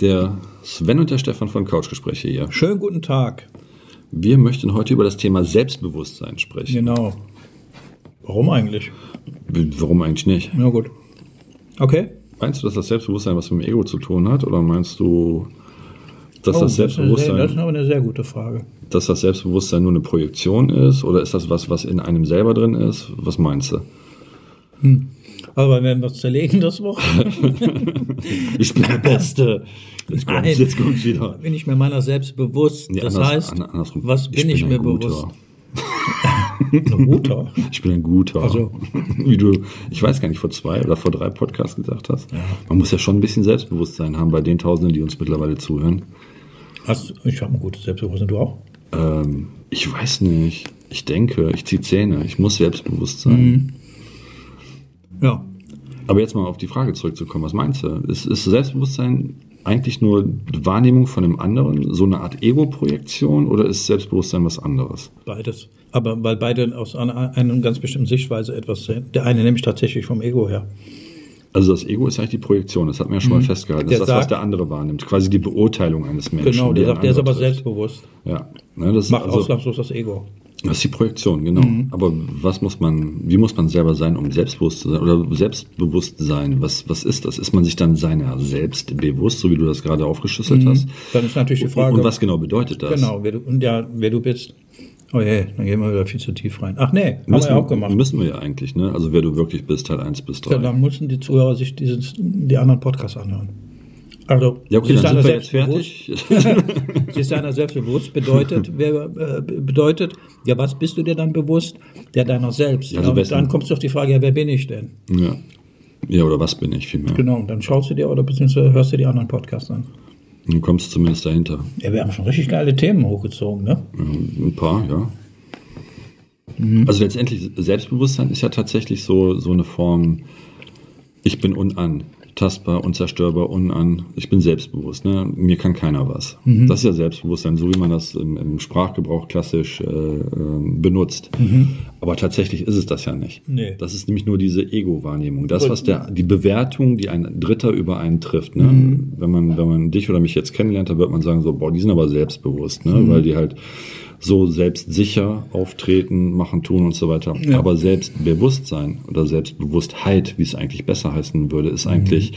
Der Sven und der Stefan von Couchgespräche hier. Schönen guten Tag. Wir möchten heute über das Thema Selbstbewusstsein sprechen. Genau. Warum eigentlich? W- Warum eigentlich nicht? Na gut. Okay. Meinst du, dass das Selbstbewusstsein was mit dem Ego zu tun hat? Oder meinst du, dass, das, ist eine sehr, Oh, das ist Selbstbewusstsein, aber eine sehr gute Frage. dass das Selbstbewusstsein nur eine Projektion ist? Oder ist das was, was in einem selber drin ist? Was meinst du? Aber wir werden das zerlegen, das Wort. Ich bin der Beste. Jetzt kommt's, Nein. jetzt kommt's wieder. Bin ich mir meiner selbst bewusst. Nee, das anders- heißt, an- andersrum. was bin ich, ein mir Guter. bewusst? Ein guter. Ich bin ein guter. Also- Wie du, ich weiß gar nicht, vor zwei oder vor drei Podcasts gesagt hast. Man muss ja schon ein bisschen Selbstbewusstsein haben bei den Tausenden, die uns mittlerweile zuhören. Hast, ich habe ein gutes Selbstbewusstsein. Du auch? Ähm, ich weiß nicht. Ich denke, ich ziehe Zähne. Ich muss selbstbewusst Mhm. sein. Ja. Aber jetzt mal auf die Frage zurückzukommen. Was meinst du? Ist, ist Selbstbewusstsein eigentlich nur Wahrnehmung von dem anderen, so eine Art Ego-Projektion oder ist Selbstbewusstsein was anderes? Beides. Aber weil beide aus einer, einer ganz bestimmten Sichtweise etwas sehen. Der eine nämlich tatsächlich vom Ego her. Also das Ego ist eigentlich die Projektion, das hat man ja schon mal festgehalten. Das Mhm. Der ist das, was sagt- der andere wahrnimmt. Quasi die Beurteilung eines Menschen. Genau, die der ein sagt, der ist aber anderer trifft. selbstbewusst. Ja, ne, das, ist Macht also, ausnahmslos das Ego. das ist die Projektion, genau. Mhm. Aber was muss man, wie muss man selber sein, um selbstbewusst zu sein? Oder selbstbewusst sein, was, was ist das? Ist man sich dann seiner selbst bewusst, so wie du das gerade aufgeschlüsselt hast? Dann ist natürlich Mhm. die Frage. Und, und was genau bedeutet das? Genau, wer du, und ja, wer du bist. Oh je, dann gehen wir wieder viel zu tief rein. Ach nee, haben wir Müssen, ja auch gemacht. Genau. müssen wir ja eigentlich, ne? Also wer du wirklich bist, Teil 1 bis 3. Ja, dann müssen die Zuhörer sich dieses, die anderen Podcasts anhören. Also, Ja, okay, sich dann sind seiner wir jetzt selbstbewusst- fertig. Sich seiner selbst bewusst bedeutet, wer, äh, bedeutet, ja, was bist du dir dann bewusst? Ja, deiner selbst. Ja, also und wessen- dann kommst du auf die Frage, ja, wer bin ich denn? ja. ja, oder was bin ich vielmehr? Genau, und dann schaust du dir oder beziehungsweise hörst du die anderen Podcasts an. Du kommst zumindest dahinter. Ja, wir haben schon richtig geile Themen hochgezogen, ne? Ein paar, ja. Also letztendlich, Selbstbewusstsein ist ja tatsächlich so, so eine Form, ich bin unantastbar, unzerstörbar, unan, ich bin selbstbewusst, ne? mir kann keiner was. Das ist ja Selbstbewusstsein, so wie man das im, im Sprachgebrauch klassisch äh, ähm, benutzt. Aber tatsächlich ist es das ja nicht. Nee. Das ist nämlich nur diese Ego-Wahrnehmung, das, was der, die Bewertung, die ein Dritter über einen trifft. Ne? Wenn, man, wenn man dich oder mich jetzt kennenlernt, dann wird man sagen, so, boah, die sind aber selbstbewusst, ne? weil die halt so selbstsicher auftreten, machen, tun und so weiter. Aber Selbstbewusstsein oder Selbstbewusstheit, wie es eigentlich besser heißen würde, ist eigentlich,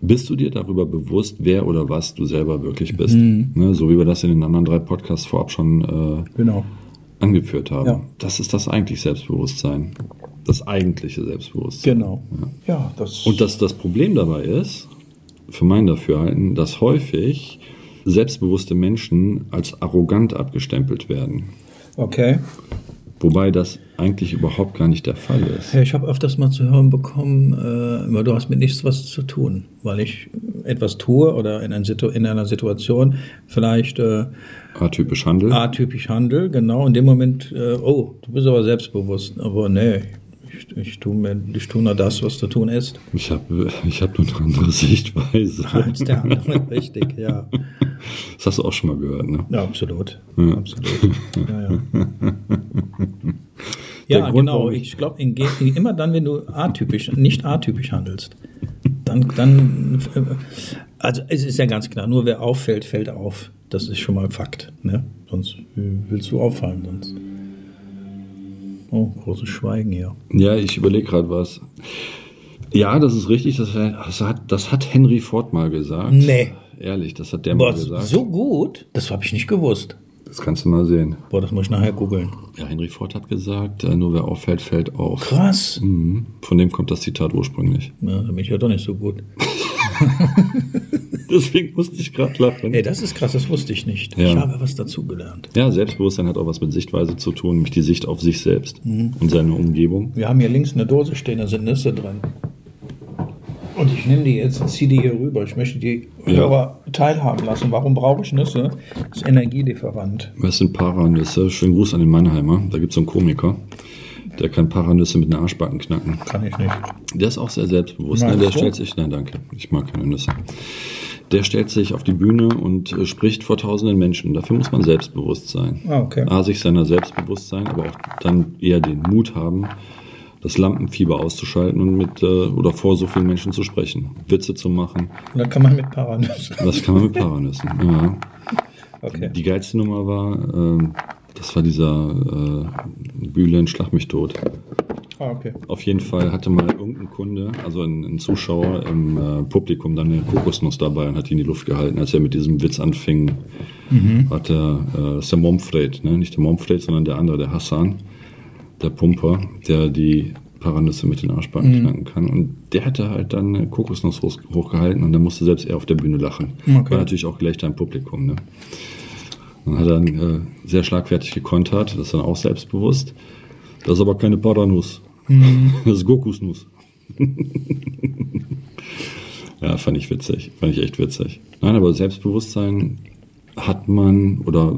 bist du dir darüber bewusst, wer oder was du selber wirklich bist? Ne, so wie wir das in den anderen drei Podcasts vorab schon äh, Genau. angeführt haben. Ja. Das ist das eigentlich Selbstbewusstsein. Das eigentliche Selbstbewusstsein. Genau. Ja, das. Und dass das Problem dabei ist, für mein Dafürhalten, dass häufig selbstbewusste Menschen als arrogant abgestempelt werden. okay. Wobei das eigentlich überhaupt gar nicht der Fall ist. Ja, ich habe öfters mal zu hören bekommen, äh, immer, du hast mit nichts was zu tun, weil ich etwas tue oder in, ein Situ in einer Situation vielleicht äh, Atypisch Handel. atypisch handel, genau, in dem Moment, äh, oh, du bist aber selbstbewusst, aber nee, ich, ich tue mir- ich tu nur das, was zu tun ist. Ich habe ich hab nur eine andere Sichtweise. Als der andere, richtig, ja. Das hast du auch schon mal gehört, ne? Ja, absolut. absolut. Ja, ja. Der ja Grund, genau. warum ich- Ich glaube, immer dann, wenn du atypisch, nicht atypisch handelst, dann, dann, also es ist ja ganz klar, nur wer auffällt, fällt auf. Das ist schon mal ein Fakt. Ne? Sonst wie willst du auffallen, sonst. Oh, großes Schweigen hier. Ja, ich überlege gerade was. Ja, das ist richtig. Das, das, hat, das hat Henry Ford mal gesagt. Nee. Ehrlich, das hat der Boah, mal gesagt. so gut, das habe ich nicht gewusst. Das kannst du mal sehen. Boah, das muss ich nachher googeln. Ja, Henry Ford hat gesagt, äh, nur wer auffällt, fällt auf. Krass. Mhm. Von dem kommt das Zitat ursprünglich. Ja, da bin ich ja doch nicht so gut. Deswegen musste ich gerade lachen. Ey, das ist krass, das wusste ich nicht. Ja. Ich habe was dazugelernt. Ja, Selbstbewusstsein hat auch was mit Sichtweise zu tun, nämlich die Sicht auf sich selbst Mhm. und seine Umgebung. Wir haben hier links eine Dose stehen, da sind Nüsse drin. Und ich nehme die jetzt und ziehe die hier rüber. Ich möchte die Ja. Hörer teilhaben lassen. Warum brauche ich Nüsse? Das ist energielieferant. Das sind Paranüsse. Schönen Gruß an den Mannheimer. Da gibt es so einen Komiker, der kann Paranüsse mit einer Arschbacken knacken. Kann ich nicht. Der ist auch sehr selbstbewusst. Ne? Meinst Der du? stellt sich, nein, danke, ich mag keine Nüsse. Der stellt sich auf die Bühne und äh, spricht vor tausenden Menschen. Dafür muss man selbstbewusst sein. Ah, okay. A, sich seiner selbstbewusst sein, aber auch dann eher den Mut haben, das Lampenfieber auszuschalten und mit äh, oder vor so vielen Menschen zu sprechen, Witze zu machen. Und dann kann man mit Paranüssen. Das kann man mit Paranüssen. ja. Okay. Die geilste Nummer war, äh, das war dieser äh, Bühlen Schlag mich tot. Ah, okay. Auf jeden Fall hatte mal irgendein Kunde, also ein, ein Zuschauer im äh, Publikum, dann eine Kokosnuss dabei und hat die in die Luft gehalten. Als er mit diesem Witz anfing, hat er, äh, das ist der Momfred, ne? nicht der Momfred, sondern der andere, der Hassan, der Pumper, der die Paranüsse mit den Arschbacken knacken kann. Und der hatte halt dann eine Kokosnuss hoch, hochgehalten und dann musste selbst er auf der Bühne lachen. Okay. War natürlich auch Gelächter im Publikum. Ne? Und hat dann äh, sehr schlagfertig gekontert, das ist dann auch selbstbewusst. Das ist aber keine Paranuss. Das ist Gokusnuss. ja, fand ich witzig. Fand ich echt witzig. Nein, aber Selbstbewusstsein hat man, oder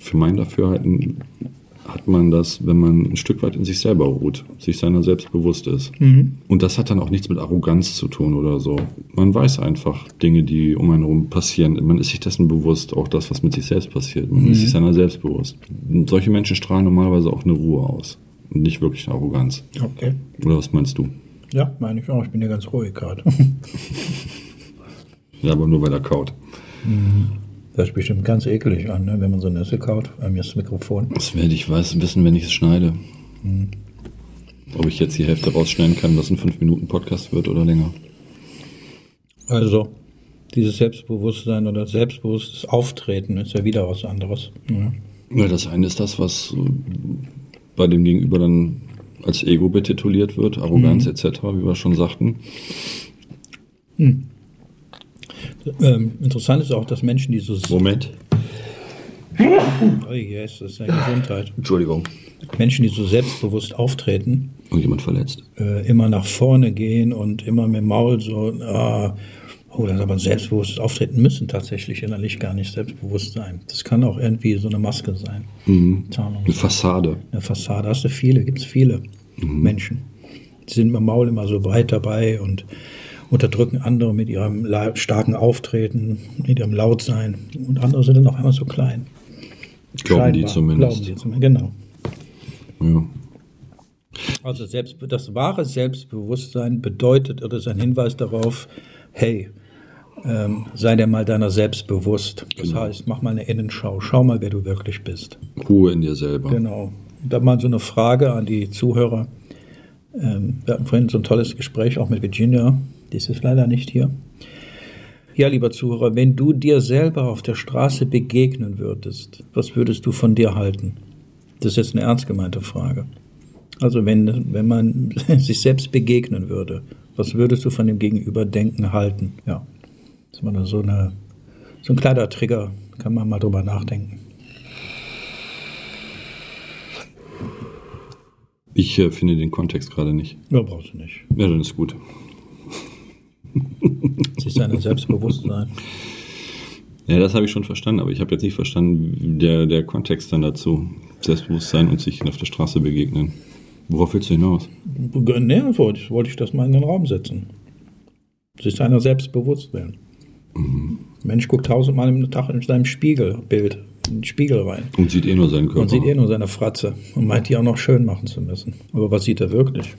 für mein Dafürhalten, hat man das, wenn man ein Stück weit in sich selber ruht, sich seiner selbst bewusst ist. Und das hat dann auch nichts mit Arroganz zu tun oder so. Man weiß einfach Dinge, die um einen herum passieren. Man ist sich dessen bewusst, auch das, was mit sich selbst passiert. Man ist sich seiner selbst bewusst. Und solche Menschen strahlen normalerweise auch eine Ruhe aus und nicht wirklich eine Arroganz. Okay. Oder was meinst du? Ja, meine ich auch. Ich bin ja ganz ruhig gerade. Ja, aber nur weil er kaut. Das ist bestimmt ganz eklig an, ne? wenn man so Nüsse kaut. Bei mir ist das Mikrofon. Das werde ich weiß, wissen, wenn ich es schneide. Ob ich jetzt die Hälfte rausschneiden kann, was ein 5-Minuten-Podcast wird oder länger. Also, dieses Selbstbewusstsein oder selbstbewusstes Auftreten ist ja wieder was anderes. ne? Ja. Ja, das eine ist das, was äh, bei dem Gegenüber dann als Ego betituliert wird, Arroganz etc., wie wir schon sagten. Ähm, interessant ist auch, dass Menschen, die so. Oh, Moment. yes, das ist ja Gesundheit. Entschuldigung. Menschen, die so selbstbewusst auftreten, Und jemand verletzt. äh, immer nach vorne gehen und immer mit dem Maul so, ah, oh, das ist aber ein selbstbewusstes Auftreten, müssen tatsächlich innerlich gar nicht selbstbewusst sein. Das kann auch irgendwie so eine Maske sein. Tarnung. Eine Fassade. Eine Fassade hast du viele, gibt es viele Menschen. Die sind mit dem Maul immer so breit dabei und unterdrücken andere mit ihrem la- starken Auftreten, mit ihrem Lautsein. Und andere sind dann auf einmal so klein. Glauben die Scheinbar. zumindest. Glauben die zumindest, genau. Ja. Also selbst, das wahre Selbstbewusstsein bedeutet oder ist ein Hinweis darauf, hey, ähm, sei dir mal deiner selbst bewusst. Das Genau. heißt, mach mal eine Innenschau, schau mal, wer du wirklich bist. Ruhe in dir selber. Genau. Und dann mal so eine Frage an die Zuhörer. Ähm, wir hatten vorhin so ein tolles Gespräch auch mit Virginia. Die ist jetzt leider nicht hier. Ja, lieber Zuhörer, wenn du dir selber auf der Straße begegnen würdest, was würdest du von dir halten? Das ist jetzt eine ernst gemeinte Frage. Also wenn, wenn man sich selbst begegnen würde, was würdest du von dem Gegenüber denken, halten? Ja, das ist mal so, eine, so ein kleiner Trigger, kann man mal drüber nachdenken. Ich äh, finde den Kontext gerade nicht. Ja, brauchst du nicht. Ja, dann ist gut. Sich seiner Selbstbewusstsein. Ja, das habe ich schon verstanden, aber ich habe jetzt nicht verstanden, der, der Kontext dann dazu. Selbstbewusstsein und sich auf der Straße begegnen. Worauf willst du hinaus? Nee, das wollte ich, wollte ich das mal in den Raum setzen. Sich seiner selbst bewusst werden. Mensch guckt tausendmal im Tag in seinem Spiegelbild, in den Spiegel rein. Und sieht eh nur seinen Körper. Und sieht eh nur seine Fratze und meint, die auch noch schön machen zu müssen. Aber was sieht er wirklich?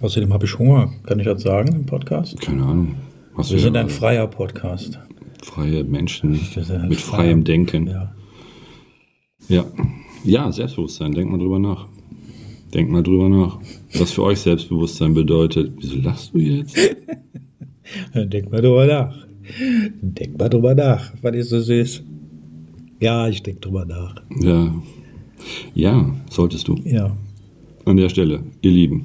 Außerdem habe ich Hunger. Kann ich das sagen im Podcast? Keine Ahnung. Hast Wir ja sind ein gerade. freier Podcast. freie Menschen Das ist ein mit freier- freiem Denken. Ja. Ja. ja, Selbstbewusstsein. Denkt mal drüber nach. Denkt mal drüber nach, was für euch Selbstbewusstsein bedeutet. Wieso lachst du jetzt? Denk mal drüber nach. Denk mal drüber nach. Was ist so süß? Ja, ich denk drüber nach. Ja, ja, solltest du. Ja. An der Stelle, ihr Lieben,